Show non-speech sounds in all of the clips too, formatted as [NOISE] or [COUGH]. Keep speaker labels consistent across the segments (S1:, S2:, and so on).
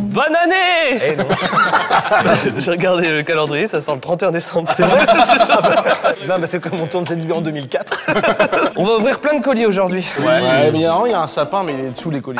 S1: Bonne année
S2: Eh non.
S1: [LAUGHS] J'ai regardé le calendrier, ça sort le 31 décembre.
S2: [LAUGHS]
S1: C'est
S2: Non, mais c'est comme on tourne cette vidéo en 2004.
S1: On va ouvrir plein de colis aujourd'hui.
S3: Ouais, mais il y a un- il y a un sapin, mais il est sous les colis.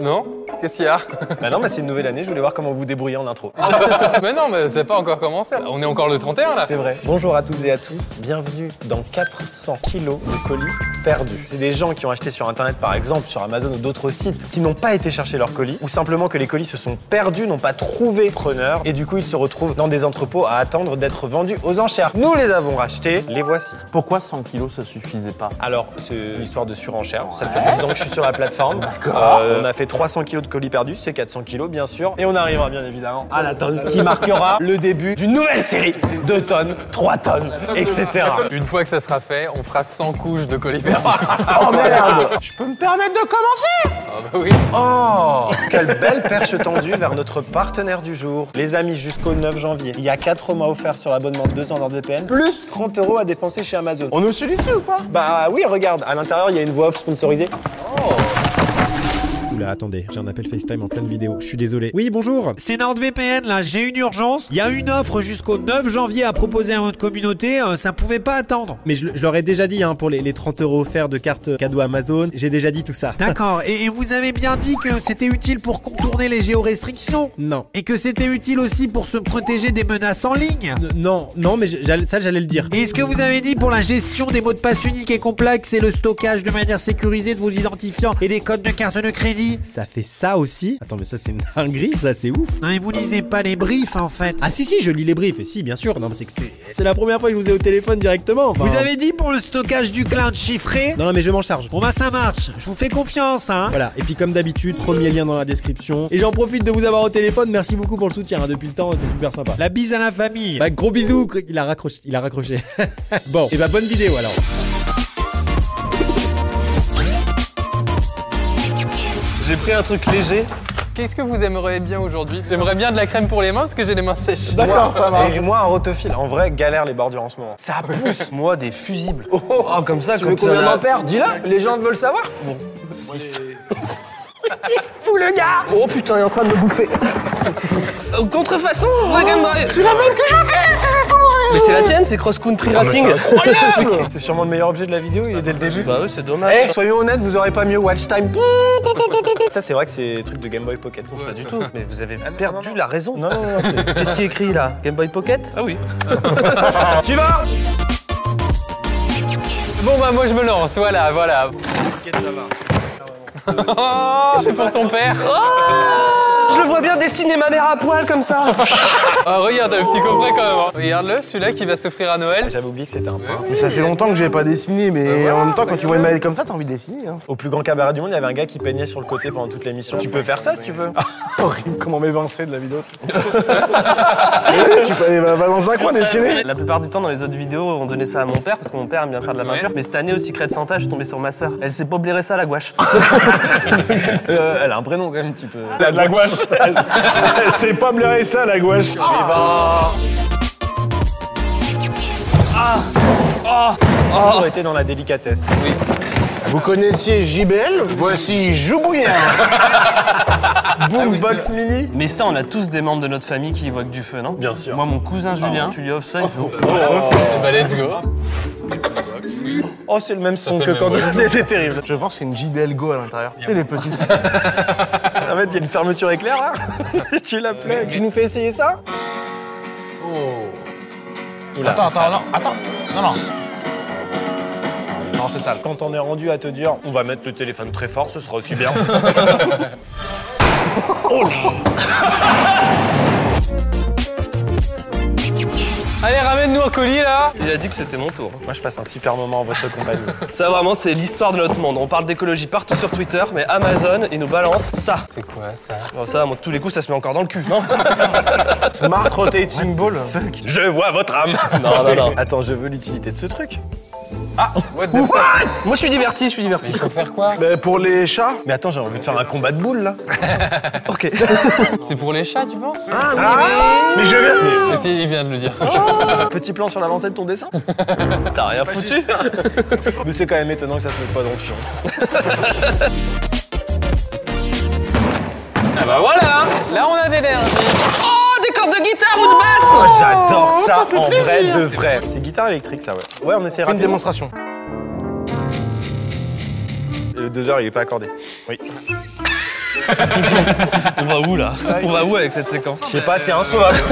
S4: Non Qu'est-ce qu'il y a
S2: Bah non, mais c'est une nouvelle année, je voulais voir comment vous débrouillez en intro.
S4: [LAUGHS] Mais non, mais c'est pas encore commencé. On est encore le 31 là.
S2: C'est vrai. Bonjour à toutes et à tous, bienvenue dans 400 kilos de colis perdus. C'est des gens qui ont acheté sur internet par exemple, sur Amazon ou d'autres sites, qui n'ont pas été chercher leurs colis, ou simplement que les colis se sont perdus, n'ont pas trouvé preneur, et du coup ils se retrouvent dans des entrepôts à attendre d'être vendus aux enchères. Nous les avons rachetés, les voici.
S3: Pourquoi 100 kilos, ça suffisait pas
S2: Alors, c'est une histoire de surenchère. Ça fait 10 ans que je suis sur la plateforme. Euh, on a fait 300 kilos de colis perdus, c'est 400 kilos, bien sûr. Et on arrivera bien évidemment à la tonne qui marquera le début d'une nouvelle série. 2 tonnes, 3 tonnes, etc.
S4: Une fois que ça sera fait, on fera 100 couches de colis perdus.
S3: Oh merde
S2: Je peux me permettre de commencer
S4: [LAUGHS] Ah bah oui.
S2: Oh Quelle belle perche tendue vers notre partenaire du jour. Les amis, jusqu'au 9 janvier, il y a 4 mois offerts sur l'abonnement de 200 VPN, plus 30 euros à dépenser chez Amazon.
S3: On nous sollicite ou pas
S2: Bah oui, regarde, à l'intérieur, il y a une voix off sponsorisée.
S5: Oh. Oula, attendez, j'ai un appel FaceTime en pleine vidéo. Je suis désolé. Oui, bonjour. C'est NordVPN là, j'ai une urgence. Il y a une offre jusqu'au 9 janvier à proposer à votre communauté. euh, ça pouvait pas attendre. Mais je, je leur ai déjà dit hein, pour les, les 30 euros offerts de carte cadeau Amazon. J'ai déjà dit tout ça.
S6: D'accord, et, et vous avez bien dit que c'était utile pour contourner les géorestrictions
S5: Non.
S6: et que c'était utile aussi pour se protéger des menaces en ligne.
S5: N- non, non, mais j- j'allais- ça j'allais le dire.
S6: Et ce que vous avez dit pour la gestion des mots de passe uniques et complexes et le stockage de manière sécurisée de vos identifiants et des codes de carte de crédit
S5: Ça fait ça aussi Attends, mais ça c'est une dinguerie, ça c'est ouf.
S6: Non mais vous lisez pas les briefs en fait.
S5: Ah si si, je lis les briefs. Et si, bien sûr. Non, mais c'est que c'est- c'est la première fois que je vous ai au téléphone directement. Enfin,
S6: Vous avez dit pour le stockage du cloud chiffré
S5: Non, non, mais je m'en charge.
S6: Bon bah ça marche, je vous fais confiance hein
S5: Voilà, et puis comme d'habitude, premier lien dans la description. Et j'en profite de vous avoir au téléphone, merci beaucoup pour le soutien hein, depuis le temps, c'est super sympa.
S6: La bise à la famille
S5: Bah gros bisous, il a raccroché, il a raccroché. [LAUGHS] bon, et bah bonne vidéo alors.
S1: J'ai pris un truc léger.
S4: Qu'est-ce que vous aimeriez bien aujourd'hui J'aimerais bien de la crème pour les mains parce que j'ai les mains sèches.
S2: Moi, Et moi, un rotophile. En vrai, galère les bordures en ce moment.
S1: Ça
S2: [LAUGHS]
S1: pousse. Moi, des fusibles. Oh, comme ça,
S2: Tu veux
S1: quand
S2: combien
S1: ça a-
S2: d'ampères Dis-le, les gens veulent savoir. Bon. Ou le gars Oh putain, il est en train de me bouffer.
S1: Euh, Contrefaçon, C'est la même que j'ai fait Mais c'est la tienne, c'est Cross Country Racing.
S2: [LAUGHS] C'est sûrement le meilleur objet de la vidéo, il est dès le début.
S1: Bah oui, c'est
S2: Eh,
S1: dommage.
S2: soyons honnêtes, vous aurez pas mieux Watch Time. Ça, c'est vrai que c'est truc de Game Boy Pocket.
S1: Pas du tout, mais vous avez
S2: Eh. non,
S1: perdu
S2: non, non.
S1: la raison.
S2: Non, non, non,
S1: [LAUGHS]
S2: c'est-
S1: Qu'est-ce qui est écrit là Game Boy Pocket [LAUGHS] Ah oui.
S2: Tu vas
S4: Bon bah moi je me lance, voilà, voilà. Oh, c'est pour ton père.
S1: Je le vois bien dessiner ma mère à poil comme ça.
S4: Ah, regarde le petit coffret quand même. hein. Regarde-le, celui-là qui va s'offrir à Noël.
S2: J'avais oublié que c'était un point.
S3: Mais ça fait longtemps que j'ai pas dessiné, mais en même temps, quand tu vois une maladie comme ça, t'as envie de dessiner. Hein.
S2: Au plus grand cabaret du monde, il y avait un gars qui peignait sur le côté pendant toute l'émission. Tu peux faire ça si tu veux.
S3: [LAUGHS]
S7: Ah.
S3: Horrible, comment m'évincer de la vidéo. [LAUGHS] tu sais. tu peux aller va- va dans un coin dessiner.
S1: La plupart du temps, dans les autres vidéos, on donnait ça à mon père parce que mon père aime bien faire de la
S4: Ouais.
S1: peinture. Mais cette année, au Secret Santa, je suis tombé sur ma sœur. Elle s'est pas blairée ça à la gouache.
S2: Euh, elle a un prénom quand même, un petit peu.
S3: La, la gouache. [LAUGHS] C'est pas blairé ça, la gouache.
S2: J'ai toujours été dans la délicatesse.
S3: Vous connaissiez JBL Voici Joubouillère.
S2: Boom Box Mini
S1: Mais ça, on a tous des membres de notre famille qui y voient que du feu, non Bien sûr. Moi, mon cousin Julien, tu lui offres ça, il fait. oh.
S4: Bah let's go.
S2: Oh, c'est le même son
S4: fait
S2: que
S4: le
S2: quand [LAUGHS]
S4: même,
S2: c'est c'est terrible.
S3: Je pense que c'est une JBL Go à l'intérieur. Tu sais, les petites.
S7: [LAUGHS]
S2: En fait, il y a une fermeture éclair là. [LAUGHS] tu la plais. Tu nous fais essayer ça
S7: Oh. Attends, attends, non, attends. Non, non. Non, c'est sale.
S2: Quand on est rendu à te dire, on va mettre le téléphone très fort, ce sera aussi bien.
S4: Allez, ramène-nous un colis là.
S1: [LAUGHS] Il a dit que c'était mon tour.
S2: Moi, je passe un super moment en votre compagnie.
S1: Ça, vraiment, c'est l'histoire de notre monde. On parle d'écologie partout sur Twitter, mais Amazon, ils nous balancent ça.
S4: C'est quoi ça
S1: Bon, ça, moi, tous les coups, ça se met encore dans le cul, non
S2: Smart Rotating Ball. Je vois votre âme. [LAUGHS]
S1: Non, non, Ah, non.
S2: Attends, je veux l'utilité de ce truc.
S4: What the fuck
S1: Moi, je suis diverti, je suis diverti.
S4: Faut faire quoi
S3: Euh, pour les chats
S2: Mais attends, j'ai envie de faire un combat de
S1: [LAUGHS]
S2: boules là. ok.
S4: C'est pour les chats, tu penses
S3: Mais je viens.
S4: Mais si, il vient de le dire.
S2: Petit plan sur l'avancée de ton dessin.
S1: [LAUGHS] T'as rien
S2: [LAUGHS]
S1: foutu
S2: Mais c'est quand même étonnant que ça se mette pas dans le fion.
S4: Ah bah voilà Là, on avait l'air.
S1: hein. Oh, des cordes de guitare ou de basse
S2: J'adore ça, en vrai de vrai. C'est guitare électrique, ça, ouais. Ouais, on essaiera.
S3: Une démonstration.
S2: Le 2 heures, il est pas accordé. Oui.
S7: On va où là On va où avec cette séquence
S2: Je sais pas, c'est insauvable.
S1: [LAUGHS]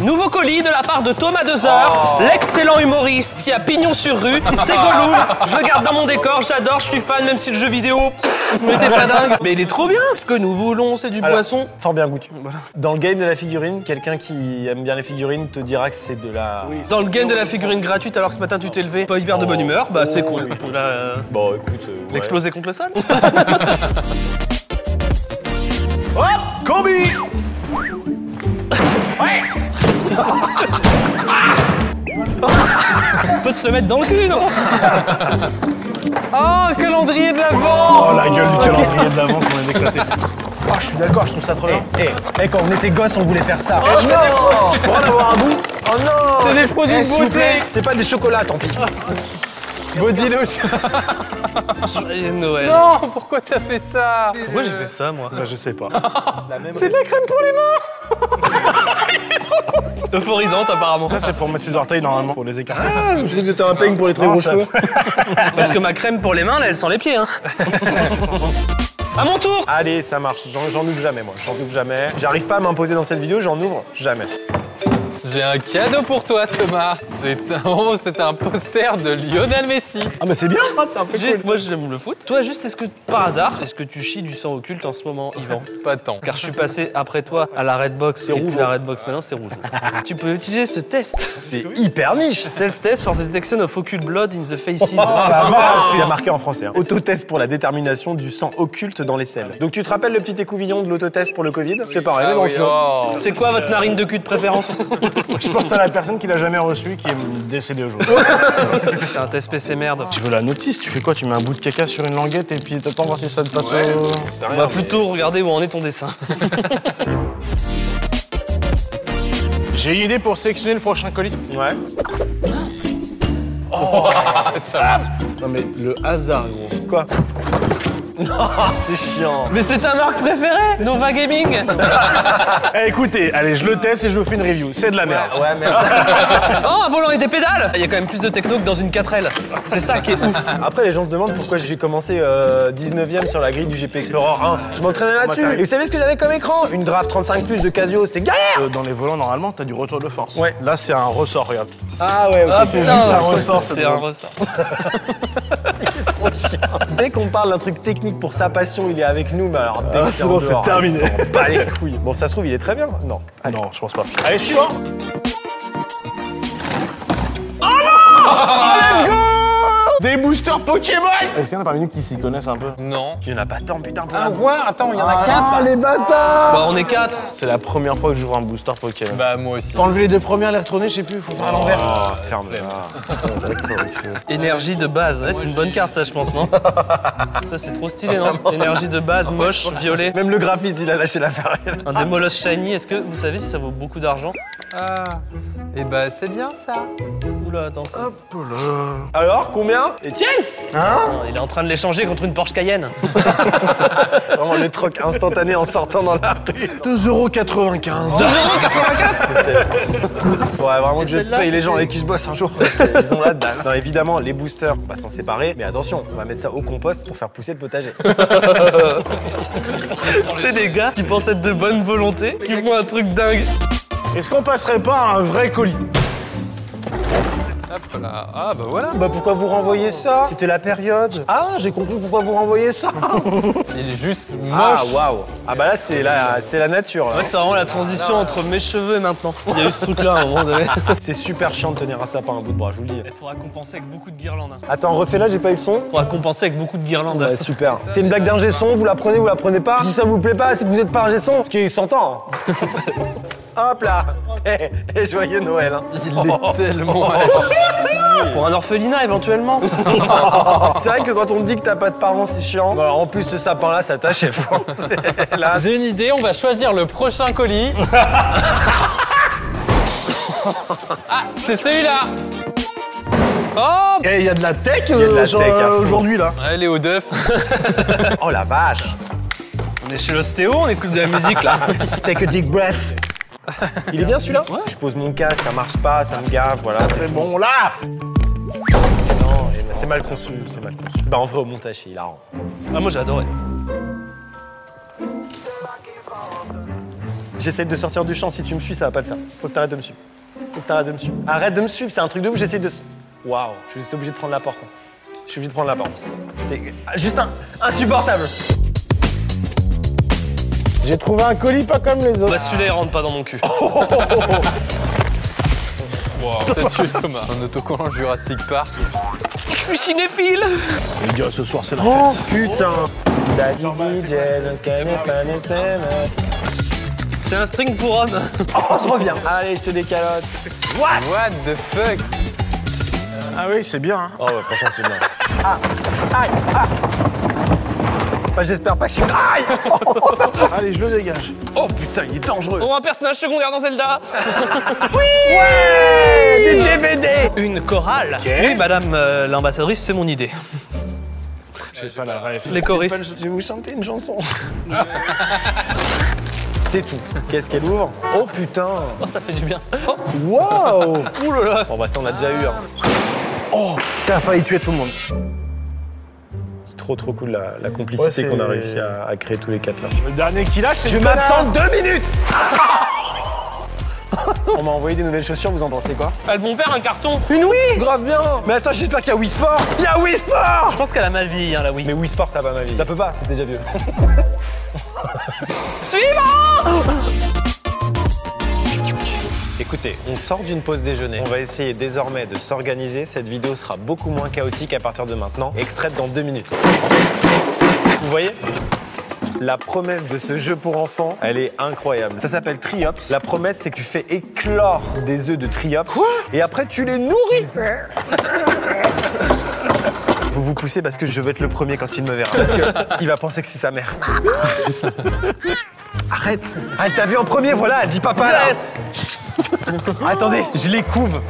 S1: Nouveau colis de la part de Thomas Dezer, l'excellent humoriste qui a pignon sur rue. C'est Gollum, je le garde dans mon décor, j'adore, je suis fan, même si le jeu vidéo pff, n'était pas dingue. Mais il est trop bien, ce que nous voulons, c'est du
S2: Alors,
S1: poisson.
S2: Fort bien goûtu. Dans le game de la figurine, quelqu'un qui aime bien les figurines te dira que c'est de la.
S1: Dans le game de la figurine gratuite, alors que ce matin tu t'es levé, pas hyper de bonne
S7: Oh.
S1: humeur, bah c'est cool. Là, euh,
S2: Bon, écoute. euh, ouais.
S7: Exploser contre le sol
S2: Hop Combi
S1: on peut se le mettre dans le cul, non
S4: Oh, calendrier de l'avant
S3: Oh la gueule du calendrier [LAUGHS] de l'avant qu'on a éclaté. Ah, je suis d'accord, je trouve ça trop bien.
S2: Eh, eh, quand on était gosse, on voulait faire ça.
S1: Oh,
S3: Je pourrais en avoir un bout
S2: Oh non
S4: C'est des produits
S2: Eh,
S4: de
S2: s'il vous
S4: beauté
S2: plaît, C'est pas des chocolats, tant pis.
S4: Body lotion
S1: Joyeux Noël.
S4: Non, pourquoi t'as fait ça
S7: Pourquoi j'ai fait ça
S1: [LAUGHS]
S7: moi
S3: Bah,
S2: je sais pas.
S4: C'est de la crème pour les mains
S7: Euphorisante apparemment.
S3: Ça, c'est pour mettre ses orteils normalement, pour les écarter.
S2: Je crois que c'était un peigne pour les très gros cheveux.
S1: Parce que ma crème pour les mains, là, elle sent
S7: [LAUGHS]
S1: les pieds. Hein. à mon tour
S2: Allez, ça marche. J'en j'en ouvre jamais, moi. J'en ouvre jamais. J'arrive pas à m'imposer dans cette vidéo, j'en ouvre jamais.
S4: J'ai un cadeau pour toi, Thomas. C'est un, oh, c'est un poster de Lionel Messi.
S2: Ah, mais c'est bien C'est un peu
S1: Juste- Moi, j'aime le foot. Toi, juste, est-ce que par hasard, est-ce que tu chies du sang occulte en ce moment, Yvan
S4: Pas tant.
S1: Car je suis passé après toi à la Redbox. C'est rouge. La
S7: hein.
S1: Redbox maintenant, c'est rouge. tu peux utiliser ce test.
S2: C'est hyper niche
S1: Self-test for the detection of occult blood in the faces.
S7: Oh.
S2: Ah, vache Il y a marqué en français. hein. Autotest pour la détermination du sang occulte dans les selles. Donc tu te rappelles le petit écouvillon de l'autotest pour le Covid C'est pareil, mais
S4: Ah
S2: dans le
S4: oui, ah.
S2: fond.
S4: oh.
S1: C'est quoi
S7: Euh.
S1: votre narine de cul
S7: [LAUGHS]
S1: de préférence
S3: Je pense à la personne qui l'a jamais reçu, qui est décédée aujourd'hui.
S2: Oh.
S1: C'est un test PC merde.
S3: Tu veux la notice Tu fais quoi Tu mets un bout de caca sur une languette et puis t'attends voir si ça te passe
S2: euh,
S3: au-
S1: On va plutôt regarder où en est ton dessin.
S3: J'ai une idée pour sectionner le prochain colis.
S2: Ouais.
S3: Non mais le hasard, gros.
S2: Quoi Non, c'est chiant.
S1: Mais c'est ta marque préférée Nova [LAUGHS] Gaming
S3: Eh, écoutez, allez, je le teste et je vous fais une review. C'est de la merde.
S2: Ouais, merci. [LAUGHS]
S1: Oh, un volant et des pédales Il y a quand même plus de techno que dans une 4L. C'est ça qui est ouf.
S2: Après, les gens se demandent pourquoi j'ai commencé euh, 19ème sur la grille du GP Explorer
S3: hein,
S2: 1. Je m'entraînais là-dessus. Et vous savez ce que j'avais comme écran Une draft 35 plus de Casio, c'était galère
S3: Euh, Dans les volants, normalement, t'as du retour de force.
S2: Ouais.
S3: Là, c'est un ressort, regarde.
S2: Ah ouais, ok.
S3: c'est juste un ressort, c'est
S1: C'est un ressort.
S2: Dès qu'on parle d'un truc technique pour sa passion, il est avec nous, mais alors dès que
S3: c'est bon,
S2: en
S3: c'est
S2: dehors,
S3: terminé.
S2: il s'en bat les couilles. Bon, ça se trouve, il est très bien. Non.
S3: Non, je pense pas. Allez, suivant Oh non Let's go Des boosters Pokémon Est-ce qu'il y en a parmi nous qui s'y connaissent un peu
S4: Non.
S2: Il y en a pas tant, putain.
S4: Ah ouais, attends, il y en a quatre.
S3: les bâtards
S1: Bah, on est quatre.
S3: C'est la première fois que j'ouvre un booster Pokémon.
S4: Bah moi aussi.
S3: Enlever les deux premières, les retourner, je sais plus, faut faire à l'envers. Oh,
S1: Énergie de base, ouais, c'est une bonne carte ça je pense, [LAUGHS] non Ça c'est trop stylé, non Énergie de base, moche, violet,
S2: Même le graphiste, il a lâché la farine.
S1: un démolosse shiny, est-ce que vous savez si ça vaut beaucoup d'argent
S4: Ah. Et bah c'est bien ça.
S1: Oula, attends, ça-
S2: Alors, combien
S1: Etienne Hein Il est en train de l'échanger contre une Porsche Cayenne.
S2: Vraiment le troc instantané en sortant dans la rue.
S1: Oh.
S3: 2,95€.
S1: [LAUGHS]
S2: Faudrait vraiment que je
S1: celle-là,
S2: paye les gens avec qui je bosse un jour parce qu'ils ont la dalle. Non, évidemment, les boosters, on va s'en séparer. Mais attention, on va mettre ça au compost pour faire pousser le potager.
S1: C'est des gars qui pensent être de bonne volonté, qui font un truc dingue.
S3: Est-ce qu'on passerait pas à un vrai colis
S4: Hop là. Ah bah voilà.
S2: [LAUGHS] Bah pourquoi vous renvoyez ça C'était la période. Ah, j'ai compris pourquoi vous renvoyez [LAUGHS] ça.
S4: Il est juste moche.
S2: Ah waouh. Ah bah là, c'est la, c'est la nature. là.
S1: Ouais, c'est vraiment la transition entre mes cheveux et maintenant. Il y a eu ce truc là à un moment donné.
S2: [LAUGHS] C'est super chiant de tenir un sapin à un bout de bras, je vous le dis.
S1: Il faudra compenser avec beaucoup de guirlandes. hein. Il
S2: Attends, refais-la, j'ai pas eu le son.
S1: faudra compenser avec beaucoup de guirlandes.
S2: Ouais, super. C'était une blague d'ingé son, vous la prenez, vous la prenez pas. Si ça vous plaît pas, c'est que vous êtes pas ingé son, ce qui [LAUGHS] s'entend. Hop [LAUGHS] là Eh, eh, Joyeux Noël hein.
S4: Il est tellement moche.
S1: Pour un orphelinat éventuellement.
S2: C'est vrai que quand on me dit que t'as pas de parents, c'est chiant. Bon, alors, Bah, en plus, ce sapin-là, ça t'achève. [LAUGHS] là,
S4: J'ai une idée, on va choisir le prochain colis. ah, c'est celui-là. Oh
S3: Eh, il y a de la tech,
S2: de la
S3: genre,
S2: tech à fond.
S3: aujourd'hui là.
S4: Elle est au d'œuf.
S2: oh la vache
S4: On
S1: est chez l'ostéo, on écoute de la musique là.
S2: [LAUGHS] Take a deep breath. Il est bien celui-là Je pose mon casque, ça marche pas, ça me gave, voilà. C'est bon, là Non, eh ben, c'est mal conçu, c'est mal conçu. Bah en vrai, au montage, c'est hilarant.
S1: Ah, moi j'ai adoré.
S2: J'essaie de sortir du champ, si tu me suis, ça va pas le faire. Faut que t'arrêtes de me suivre. Faut que t'arrêtes de me suivre. Arrête de me suivre, c'est un truc de ouf, j'essaie de... s- Waouh, je suis juste obligé de prendre la porte. hein. Je suis obligé de prendre la porte. C'est ah, juste un... insupportable
S3: J'ai trouvé un colis pas comme les autres.
S1: Bah celui-là il rentre pas dans mon cul.
S4: Wow, t'as
S1: [LAUGHS]
S4: tué Thomas. Un autocollant Jurassic Park.
S1: Je suis cinéphile
S3: Les gars, ce soir, c'est la
S2: Oh
S3: fête. Oh.
S2: putain Daddy DJ, le scanner, panel, panel.
S1: C'est un string pour homme.
S2: Oh, je reviens Allez, je te décalote
S4: What the fuck
S3: Ah oui, c'est bien. hein.
S2: Oh ouais, franchement, c'est bien. Ah Aïe Ah Bah, j'espère pas que je suis... Aïe
S3: [LAUGHS] Allez, je le dégage. Oh putain, il est dangereux.
S1: Pour un personnage secondaire dans Zelda.
S2: Des DVD
S1: [LAUGHS] Une chorale. Oui, madame euh, l'ambassadrice, c'est mon idée. Les choristes.
S2: Je vais vous chanter une chanson. C'est tout. Qu'est-ce qu'elle ouvre Oh putain
S1: Oh, ça fait du bien.
S2: Waouh
S1: Oh, ouh là là.
S2: Bon bah ça on a déjà eu hein.
S3: T'as failli tuer tout le monde.
S2: C'est trop trop cool la, la
S3: Ouais,
S2: complicité
S3: c'est-
S2: qu'on a réussi à, à créer tous les quatre là.
S3: Le dernier qui lâche, c'est
S2: Je
S3: le
S2: m'absente deux minutes On m'a envoyé des nouvelles chaussures, vous en pensez quoi
S1: Elles vont faire un carton.
S2: Une oui Grave bien Mais attends, j'espère qu'il y a Wii Sport Il y a Wii Sport
S1: Ah, Je pense qu'elle a mal vie, hein, la Wii.
S2: Mais Wii Sport ça va ma vie. Ça peut pas, c'est [LAUGHS] déjà vieux.
S1: Suivant
S2: Écoutez, on sort d'une pause déjeuner. On va essayer désormais de s'organiser. Cette vidéo sera beaucoup moins chaotique à partir de maintenant. Extraite dans deux minutes. Vous voyez la promesse de ce jeu pour enfants, elle est incroyable. Ça s'appelle Triops. La promesse, c'est que tu fais éclore des œufs de Triops. et après, tu les nourris. [LAUGHS] vous vous poussez parce que je veux être le premier quand il me verra. Parce qu'il va penser que c'est sa mère. Arrête. Ah, elle t'a vu en premier, voilà. Elle dit papa là.
S1: Yes.
S2: Attendez, je les couve.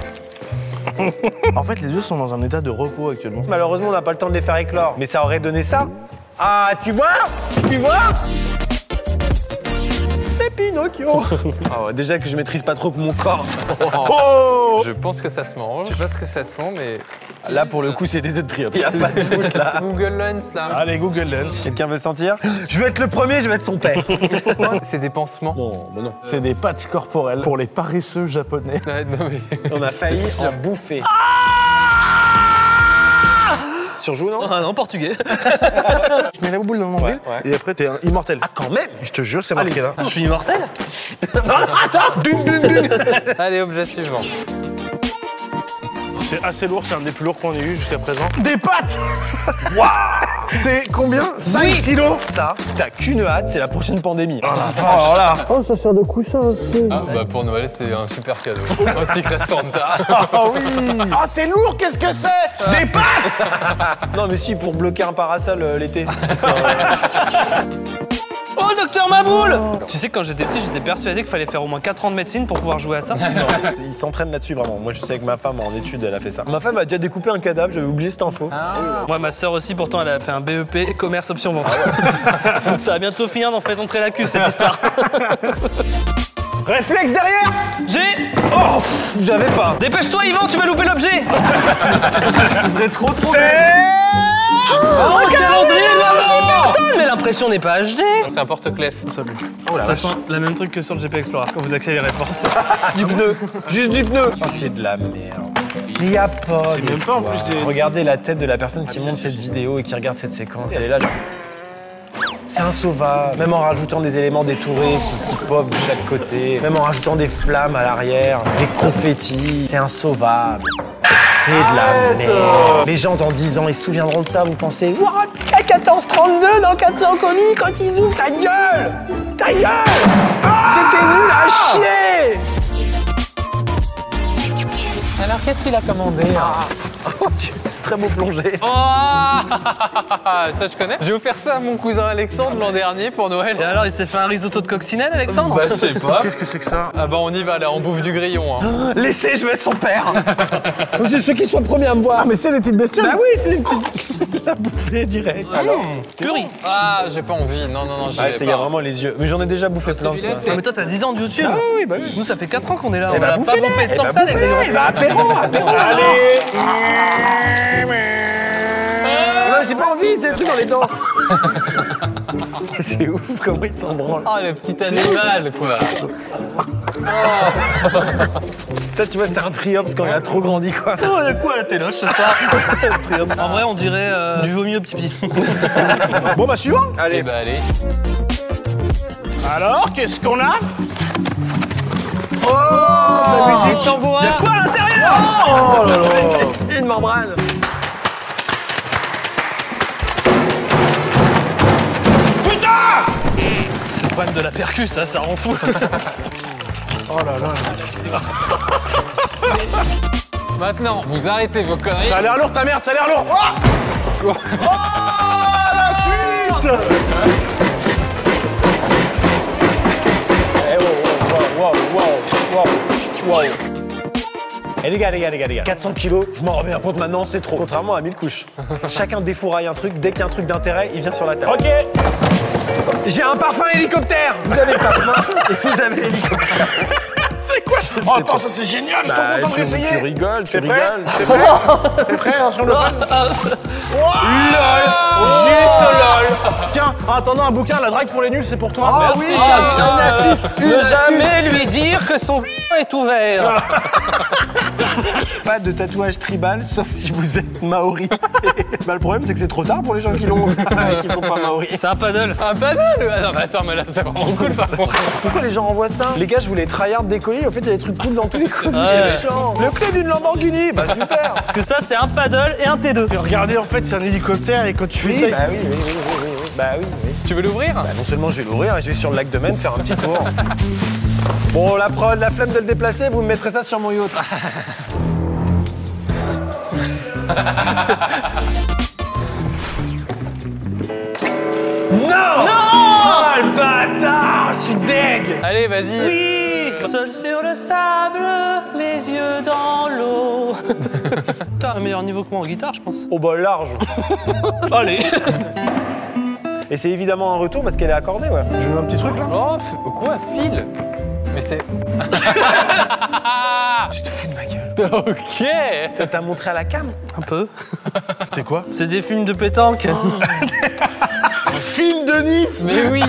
S3: En fait, les yeux sont dans un état de repos actuellement.
S2: Malheureusement, on n'a pas le temps de les faire éclore. Mais ça aurait donné ça. Ah, tu vois Tu vois C'est
S3: [LAUGHS]
S2: Pinocchio Ah ouais, Déjà que je maîtrise pas trop mon corps.
S4: Je pense que ça se mange. Je sais pas ce que ça sent, mais.
S2: Là, pour le coup, c'est des œufs de triomphe. Y a pas de doute,
S1: Ah.
S2: là.
S4: Google Lens là.
S3: Allez, Google Lens.
S2: Quelqu'un veut sentir Je veux être le premier, je veux être son
S3: [LAUGHS]
S2: père.
S4: C'est des pansements.
S2: Non, mais non.
S3: C'est des patchs corporels pour les paresseux japonais.
S4: Ouais, non, mais...
S2: On a failli en bouffer. Surjoue, non
S1: Ah non, portugais.
S3: [LAUGHS] Tu mets la boule dans mon
S2: Ouais,
S3: ville
S2: ouais.
S3: et après, t'es un immortel.
S2: Ah, quand même
S3: Je te jure, c'est marqué là.
S1: Je suis immortel
S2: Attends Dune, dune, dune
S4: Allez, objet suivant.
S8: C'est assez lourd, c'est un des plus lourds qu'on ait eu jusqu'à présent.
S3: Des pattes C'est combien 5 kilos
S2: Ça, t'as qu'une hâte, c'est Oh la prochaine pandémie.
S3: Alors là
S4: Ah, bah pour Noël, c'est un super [LAUGHS] cadeau. Ainsi que la Santa.
S3: Oh oui Oh c'est lourd, qu'est-ce que c'est Des pattes
S2: Non, mais si, pour bloquer un parasol euh, [LAUGHS] l'été.
S1: Oh, docteur Maboule Tu sais, quand j'étais petit, j'étais persuadé qu'il fallait faire au moins 4 ans de médecine pour pouvoir jouer à [LAUGHS] ça.
S2: Ils s'entraînent là-dessus vraiment. Moi je sais que ma femme en études elle a fait ça. Ma femme a déjà découpé un cadavre, j'avais oublié cette info.
S1: Moi, ma sœur aussi, pourtant, elle a fait un BEP commerce option vente. Donc, [LAUGHS] ça va bientôt finir d'en faire entrer la cuisse, cette [LAUGHS] histoire.
S2: Réflexe derrière
S1: J'ai...
S2: Oh pff, J'avais pas
S1: Dépêche-toi, Yvan, tu vas louper l'objet
S2: Ce serait trop trop
S1: Oh, le calendrier maman Mais l'impression n'est pas HD
S4: [LAUGHS] C'est un porte-clef.
S1: Ça sent la même truc que sur le GP Explorer quand vous accélérez fort.
S2: du pneu Juste du pneu Oh c'est de la merde. Il y a pas
S8: C'est même pas en plus Ah, des-
S2: Regardez la tête de la personne qui monte cette vidéo et qui regarde cette séquence. Elle est là genre... C'est un sauvage, même en rajoutant des éléments détourés qui, qui pop de chaque côté, même en rajoutant des flammes à l'arrière, des confettis, c'est insauvable. C'est de la merde. Les gens dans 10 ans, ils se souviendront de ça, vous pensez What À 14h32 dans 400 colis quand ils ouvrent ta gueule Ta gueule C'était nul à chier
S7: Alors qu'est-ce qu'il a commandé
S2: Très beau plongé.
S4: Oh [LAUGHS] ça, je connais. J'ai offert ça à mon cousin Alexandre l'an dernier pour
S1: Et
S4: Noël.
S1: alors, il s'est fait un risotto de coccinelle, Alexandre
S4: Bah, je sais pas.
S3: Qu'est-ce que c'est que ça
S4: Ah, bah, on y va là, on bouffe du grillon. Hein.
S2: Laissez, je veux être son père
S3: Faut juste ceux qui soient premiers à me voir. Mais c'est des petites bestioles
S2: oui, Bah c'est les petites... [LAUGHS] à bouffer direct.
S4: Alors Ah, j'ai pas envie. Non, non, non, j'y
S2: Ah,
S4: vais
S2: c'est il y a
S4: pas. Ah,
S2: vraiment les yeux. Mais j'en ai déjà bouffé plein de
S4: celui-là,
S2: ça.
S4: c'est-
S1: Non, mais toi, t'as 10 ans de YouTube.
S2: Ah oui, bah oui.
S1: Nous, ça fait 4 ans qu'on est là.
S2: Eh
S1: on
S2: bah,
S1: a pas
S2: bouffez-la,
S1: pompé
S2: eh
S1: tant
S2: bah,
S1: que ça, les
S2: bouffez-la,
S1: gars.
S2: eh bah, apéro, apéro. Allez Non, j'ai pas envie, c'est le truc dans les dents. [LAUGHS] c'est ouf comment ils s'en branlent.
S4: Oh, le petit animal, quoi.
S2: Ça, tu vois, c'est un triomphe quand il a trop grandi, quoi.
S1: Oh, il y a quoi à la téloche ce soir En vrai, on dirait euh, du vomi au petit pied.
S3: Bon, bah, suivant.
S4: Allez. bah, allez.
S8: Alors, qu'est-ce qu'on a
S1: Musique tambour. Il y a quoi à l'intérieur
S2: Une membrane.
S1: C'est le problème de la percus, ça, ça rend fou.
S8: Oh
S4: Maintenant, vous arrêtez vos conneries.
S8: Ça a l'air lourd ta merde, ça a l'air lourd Oh
S2: Eh les gars, les gars, les gars, les gars. 400 kilos, je m'en remets un compte maintenant, c'est trop. Contrairement à 1000 couches. [LAUGHS] Chacun défouraille un truc, dès qu'il y a un truc d'intérêt, il vient sur la table. Ok J'ai un parfum hélicoptère Vous avez le parfum et vous avez l'hélicoptère.
S8: Oh, attends, ça c'est génial, je suis
S3: Bah,
S8: trop content de
S2: tu, tu
S8: l'essayer
S2: rigoles, tu
S8: T'es prêt
S2: rigoles.
S8: T'es prêt T'es prêt hein, sur le fan Tiens, en attendant un bouquin, la drague pour les nuls, c'est pour toi.
S2: Ah oui, tiens,
S1: euh, Ne jamais lui dire que son est ouvert.
S2: Pas de tatouage tribal, sauf si vous êtes maori. [LAUGHS] bah, le problème, c'est que c'est trop tard pour les gens qui l'ont, [LAUGHS] qui sont pas maoris.
S1: C'est un paddle.
S4: Un paddle Ah non, mais attends, mais là, c'est vraiment cool, par contre.
S2: Pourquoi les gens envoient ça Les gars, je voulais tryhard des colis, en fait, il y a des trucs cool dans tous les colis.
S1: Ah, Ouais.
S2: C'est méchant. Le clé d'une Lamborghini, bah super
S1: Parce que ça, c'est un paddle et un T2.
S8: Regardez, en fait, c'est un hélicoptère et quand tu fais
S2: Oui,
S8: ça,
S2: bah oui, oui, oui, oui, oui, oui. Bah oui, oui.
S4: Tu veux l'ouvrir
S2: Bah, non seulement je vais l'ouvrir, je vais sur le lac de Maine faire un petit tour. Bon, la prod, la flemme de le déplacer, vous me mettrez ça sur mon yacht. non Non Oh le bâtard Je suis deg
S4: Allez, vas-y.
S1: Oui, seul sur le sable, les yeux dans [LAUGHS] l'eau. T'as un meilleur niveau que moi en guitare, je pense.
S2: Au bol large.
S1: [LAUGHS] Allez.
S2: Et c'est évidemment un retour parce qu'elle est accordée, ouais.
S3: Je veux un petit truc là
S4: Oh, quoi, fil Mais [LAUGHS] c'est...
S2: Tu te fous de ma gueule.
S4: Ok
S2: Toi, T'as montré à la cam
S1: Un peu.
S8: c'est quoi
S1: C'est Oh. des films de pétanque.
S2: Fil de Nice
S4: Mais oui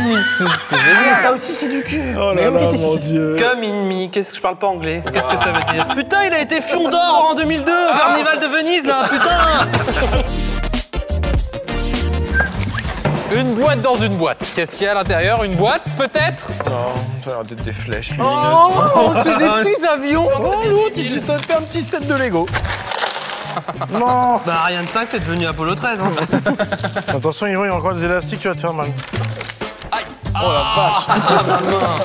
S4: C'est génial
S2: Ça aussi, c'est du cul
S3: Oh là là, mon dieu.
S1: Comme in me. Qu'est-ce que je parle pas anglais Qu'est-ce que ça veut dire Putain, il a été fion d'or en 2002 au Carnival de Venise, là. Putain.
S4: Une boîte dans une boîte. Qu'est-ce qu'il y a à l'intérieur Une boîte, peut-être
S2: Non, ça a l'air d'être des flèches.
S4: Oh, c'est des petits avions
S2: t'as fait un petit set de Lego.
S1: Bah, Ariane 5, c'est devenu Apollo 13. Hein.
S8: Attention, Yvon, il y a encore des élastiques, tu vas te faire mal.
S4: Ah,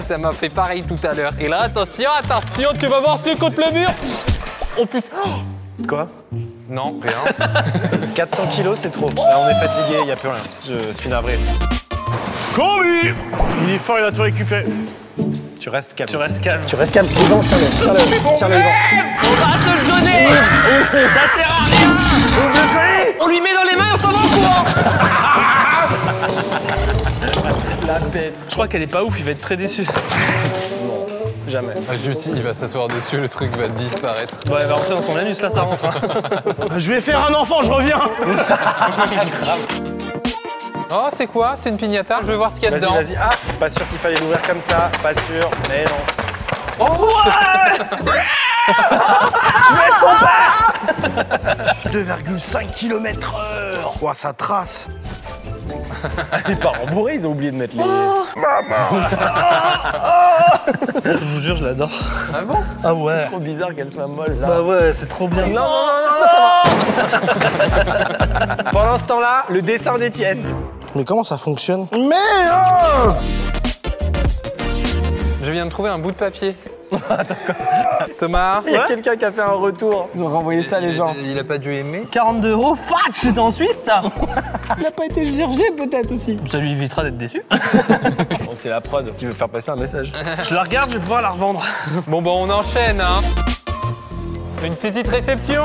S4: [LAUGHS] ça m'a fait pareil tout à l'heure. Et là, attention, attention, tu vas voir si contre le mur Oh putain
S2: Quoi
S4: Non, rien.
S2: 400 kilos, c'est trop. Là, on est fatigué, il n'y a plus rien. Je suis navré.
S8: Combi Il est fort, il a tout récupéré.
S2: Tu restes calme.
S3: Tu restes calme. Yvan, tiens-le, tiens-le, tiens-le, Yvan.
S1: On va te le donner. Ça sert à rien. On lui met dans les mains, et on s'en va en courant. La bête. Je crois qu'elle est pas ouf. Il va être très déçu.
S2: Jamais.
S4: Ah, je si, il va s'asseoir dessus, le truc va disparaître.
S1: Ouais, elle va rentrer dans son anus, là, ça rentre. hein.
S8: Je vais faire un enfant, je reviens
S4: Oh, c'est quoi C'est une pignata Je veux voir ce qu'il y a
S2: Vas-y,
S4: dedans.
S2: vas-y. Ah, pas sûr qu'il fallait l'ouvrir comme ça. Pas sûr. Mais non.
S4: Oh,
S2: [LAUGHS]
S8: Oh, ça trace
S2: [LAUGHS] Les parents bourrés, ils ont oublié de mettre les.
S4: Oh.
S1: Je vous jure, je l'adore.
S4: Ah bon
S1: Ah ouais.
S2: Trop bizarre qu'elle soit molle là.
S1: Bah ouais, c'est trop bien.
S2: Non, non, non, non, ça
S4: [LAUGHS]
S2: va. Pendant ce temps-là, le dessin d'Étienne.
S8: Mais comment ça fonctionne
S4: Je viens de trouver un bout
S2: [LAUGHS]
S4: de papier. Thomas
S2: Il y a quelqu'un qui a fait un retour. Ils ont renvoyé ça, les gens.
S4: il, il a pas dû aimer.
S1: 42 euros, fatch, c'était en Suisse ça
S2: Il n'a pas été chargé, peut-être aussi.
S1: Ça lui évitera d'être déçu.
S2: Bon, c'est la prod qui veut faire passer un message.
S1: Je la regarde, je vais pouvoir la revendre.
S4: Bon, bah, on enchaîne, hein. Une petite réception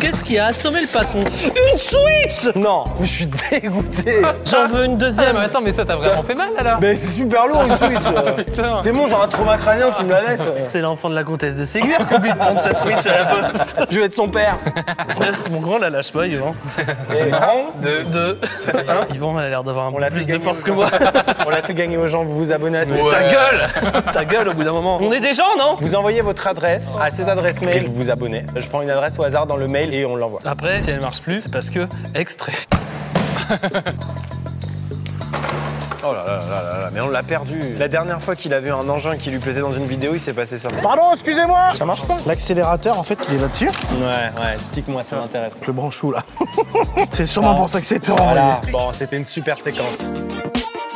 S1: Qu'est-ce qui a assommé le patron Une Switch
S2: [LAUGHS]
S1: hein.
S2: Non, mais je suis dégoûté.
S1: J'en veux une
S4: Ah,
S1: deuxième.
S4: mais attends, mais ça t'a vraiment fait mal alors
S2: mais c'est super lourd [LAUGHS] une Switch. euh.
S4: Putain.
S2: C'est bon, genre un trauma crânien, tu me la laisses. euh. [LAUGHS]
S1: C'est l'enfant de la comtesse de Ségur qui oublie de prendre sa Switch à la poste.
S2: Je vais être son père.
S1: C'est Mon grand, la lâche pas, Yvan.
S2: Et
S1: Deux. Deux. [LAUGHS] Un. Hein? Yvan, elle a l'air d'avoir un
S2: On
S1: peu
S2: l'a
S1: plus
S2: fait
S1: de
S2: gagner
S1: force
S2: aux
S1: que
S2: gens. [LAUGHS]
S1: moi.
S2: On l'a fait gagner aux gens, vous vous abonnez à cette
S1: Ta gueule Ta gueule au bout d'un moment. On est des gens, non
S2: Vous envoyez votre adresse à cette adresse mail et vous vous abonnez. Je prends une adresse au hasard dans le mail et on l'envoie.
S1: Après, si elle marche plus, c'est parce que. Extrait.
S2: Oh là là là là là, mais on l'a perdu. La dernière fois qu'il a vu un engin qui lui plaisait dans une vidéo, il s'est passé ça. Ouais,
S8: Pardon, excusez-moi
S3: Ça marche pas L'accélérateur, en fait, il est là-dessus.
S2: ouais, explique-moi, ça m'intéresse.
S3: Le branchou, là. c'est sûrement pour ça que c'est en
S2: Voilà, bon, c'était une super séquence.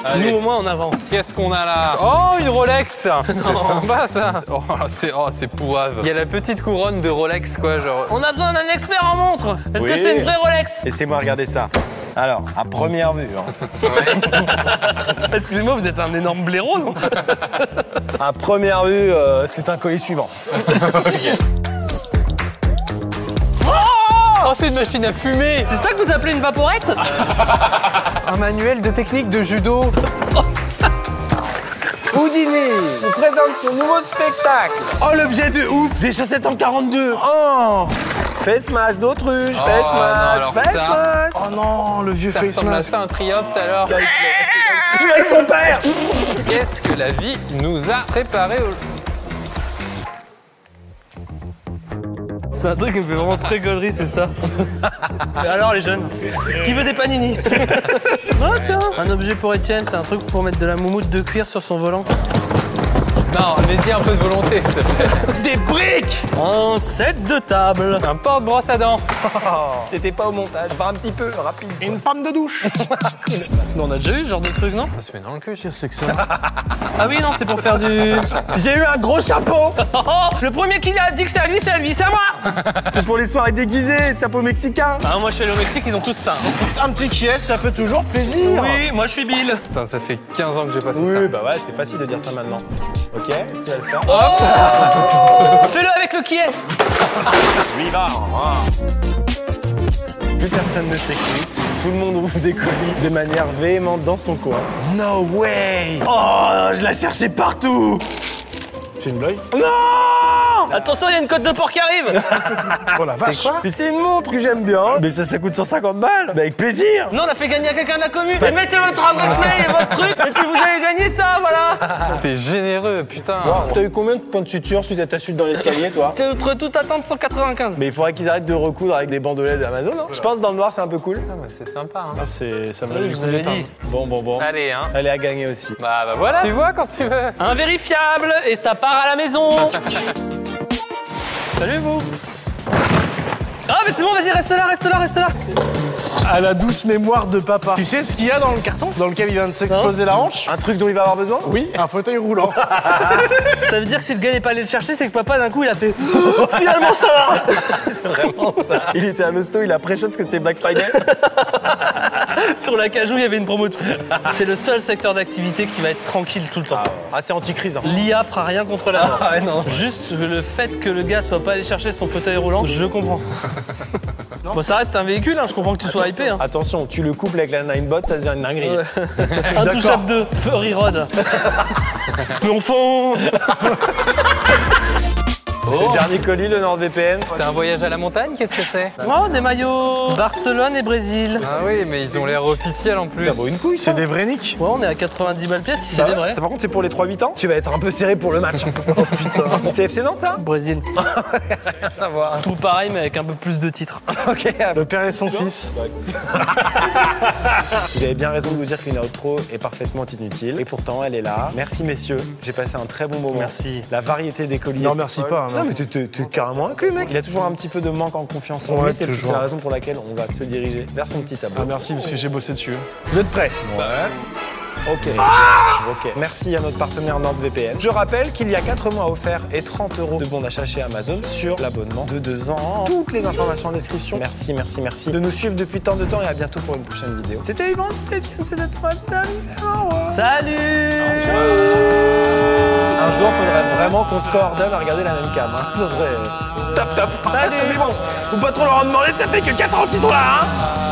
S4: Allez.
S1: Nous, au moins, on avance.
S4: Qu'est-ce qu'on a là Oh, une [LAUGHS] Rolex C'est sympa ça Oh, c'est oh, c'est pourrave. Il y a la petite couronne de Rolex quoi, genre.
S1: On a besoin d'un expert en montre. Est-ce que
S2: Oui.
S1: c'est une vraie Rolex
S2: Laissez-moi regarder ça. Alors, à première vue, hein.
S1: Ah, Excusez-moi, vous êtes un énorme blaireau, non
S2: à première vue, euh, c'est un colis suivant.
S4: Oh, c'est une machine à fumer
S1: C'est ça que vous appelez une vaporette
S2: Un manuel de technique de judo. [LAUGHS] Houdini vous présente son nouveau spectacle. Oh, l'objet de ouf Des chaussettes en 42. Oh Face mask d'autruche, face
S4: non,
S2: mask,
S4: alors
S2: face
S4: ça.
S2: mask.
S3: Oh non, le vieux
S4: Ça
S3: face
S4: ressemble à
S3: mask.
S4: ça un triops alors
S2: Je suis avec son père
S4: Qu'est-ce que la vie nous a préparé au...
S1: C'est un truc qui me fait vraiment très gaulerie, c'est ça. Mais alors, les jeunes Qui veut des [LAUGHS] panini Oh, tiens Un objet pour Étienne, c'est un truc pour mettre de la moumoute de cuir sur son volant.
S4: Non, mais y un peu de volonté. s'il te plaît.
S1: Un set de table
S4: Un porte-brosse à dents.
S2: T'étais pas au montage, pas un petit peu, rapide.
S8: Une pomme de douche
S1: On a déjà eu ce genre de truc, non
S4: On se met dans le cul.
S3: Qu'est-ce que c'est que ça
S1: Ah oui, non, c'est pour faire du...
S2: J'ai eu un gros chapeau
S1: Oh, oh, [LAUGHS] le premier qui l'a dit que c'est à lui, c'est à lui, c'est à moi
S2: C'est pour les soirées déguisées, chapeau mexicain
S1: Ah, moi, je suis allé au Mexique, ils ont tous ça. hein.
S8: Un petit qui est, ça fait toujours plaisir
S1: Oui, moi, je suis Bill.
S4: Putain, ça fait 15 ans que j'ai pas fait ça.
S2: Oui, bah ouais, c'est facile de dire ça maintenant. Ok, est-ce qu'il va le faire
S1: [LAUGHS] Fais-le avec le qui est
S2: Lui, il va Plus personne ne s'écoute, tout le monde ouvre des colis de manière véhémente dans son coin. No way Oh, je la cherchais partout
S3: C'est une blague
S2: Non
S1: Attention, il y a une côte de porc qui arrive
S3: Oh la vache
S2: Mais c'est une montre que j'aime bien Mais ça, ça coûte 150 balles Mais avec plaisir
S1: Non, on a fait gagner à quelqu'un de la commune. Et mettez votre adresse mail et votre truc, et puis vous allez gagner ça, voilà.
S4: T'es généreux, putain.
S2: T'as eu combien de points de suture suite à ta chute dans l'escalier, toi
S1: C'est Outre toute attente 195.
S2: Mais il faudrait qu'ils arrêtent de recoudre avec des bandelettes d'Amazon, hein Je pense que dans le noir, c'est un peu cool.
S4: Ah, mais C'est sympa. Hein.
S2: C'est... ça
S1: Je vous avais dit.
S2: Bon, bon, bon.
S4: Allez, hein.
S2: Elle est à gagner aussi.
S4: Bah, bah voilà. Ah, Tu vois quand tu veux.
S1: Invérifiable, et ça part à la maison. Salut vous. Ah, mais c'est bon, vas-y, reste là, reste là, reste là.
S3: À la douce mémoire de papa.
S8: Tu sais ce qu'il y a dans le carton Dans lequel il vient de s'exploser la hanche
S2: Un truc dont il va avoir besoin
S8: Oui, un fauteuil roulant.
S1: Ça veut dire que si le gars n'est pas allé le chercher, c'est que papa, d'un coup, il a [LAUGHS] fait Oh, Finalement, ça va
S2: [LAUGHS] Il était à l'hosto, il a pré-shot parce que c'était Black Friday.
S1: Sur la cajou, il y avait une
S2: [LAUGHS]
S1: promo de fou. C'est le seul secteur d'activité qui va être tranquille tout le temps.
S2: Ah, c'est anti-crise, hein.
S1: L'IA fera rien contre la mort.
S2: Ah ouais, non.
S1: Juste le fait que le gars soit pas allé chercher son fauteuil roulant, je
S2: [LAUGHS]
S1: comprends. bon, ça reste un véhicule, hein, je comprends que tu
S2: Ah,
S1: sois hypé. Hein.
S2: Attention, tu le couples avec la Ninebot, ça devient une dinguerie.
S1: Intouchable 2, Furry
S2: [LAUGHS]
S1: Road. Mon fond
S3: Oh.
S2: Le dernier colis, le NordVPN.
S4: C'est un voyage à la montagne, qu'est-ce que c'est
S2: Ah,
S1: Oh, des maillots Barcelone et Brésil.
S4: Ah oui, mais ils ont l'air officiels en plus.
S3: Ah bah
S2: Ça vaut une couille, ça.
S3: C'est des vrais nicks
S1: Ouais, on est à 90 balles pièce, si c'est
S2: Bah
S1: des
S2: ouais.
S1: vrais.
S2: [LAUGHS] Par contre, c'est pour les 3-8 ans. Tu vas être un peu serré pour le
S3: [LAUGHS]
S2: match. oh putain. C'est FC Nantes, ça [LAUGHS]
S1: Brésil.
S2: Ça va.
S1: Tout pareil, mais avec un peu plus de titres.
S2: Ok.
S3: Le père et son fils.
S2: Vous avez bien raison de vous dire qu'une outro est parfaitement inutile. Et pourtant, elle est là. Merci, messieurs. J'ai passé un très bon moment.
S1: Merci.
S2: La variété des colis.
S3: Non, merci
S2: est folle.
S3: pas, hein,
S2: Non, mais t'es- t'es t'es carrément inclus, mec. Il a toujours un petit peu de manque en confiance en
S3: Ouais,
S2: lui. C'est c'est
S3: toujours.
S2: la raison pour laquelle on va se diriger vers son petit tableau.
S3: Ah merci parce que j'ai bossé dessus. hein.
S2: Vous êtes prêts Ok. ok. Merci à notre partenaire NordVPN. Je rappelle qu'il y a 4 mois offerts et 30 euros de bons d'achat chez Amazon sur l'abonnement de 2 ans. Toutes les informations en description. Merci, merci, merci de nous suivre depuis tant de temps et à bientôt pour une prochaine vidéo. C'était Yvan, c'était Étienne, c'était toi, c'était Amine, c'est moi.
S1: Salut
S2: Un Un jour, faudrait vraiment qu'on se coordonne à regarder la même cam. hein. Ça serait. euh, Top, top. Mais bon, faut pas trop leur en demander, ça fait que 4 ans qu'ils sont là, hein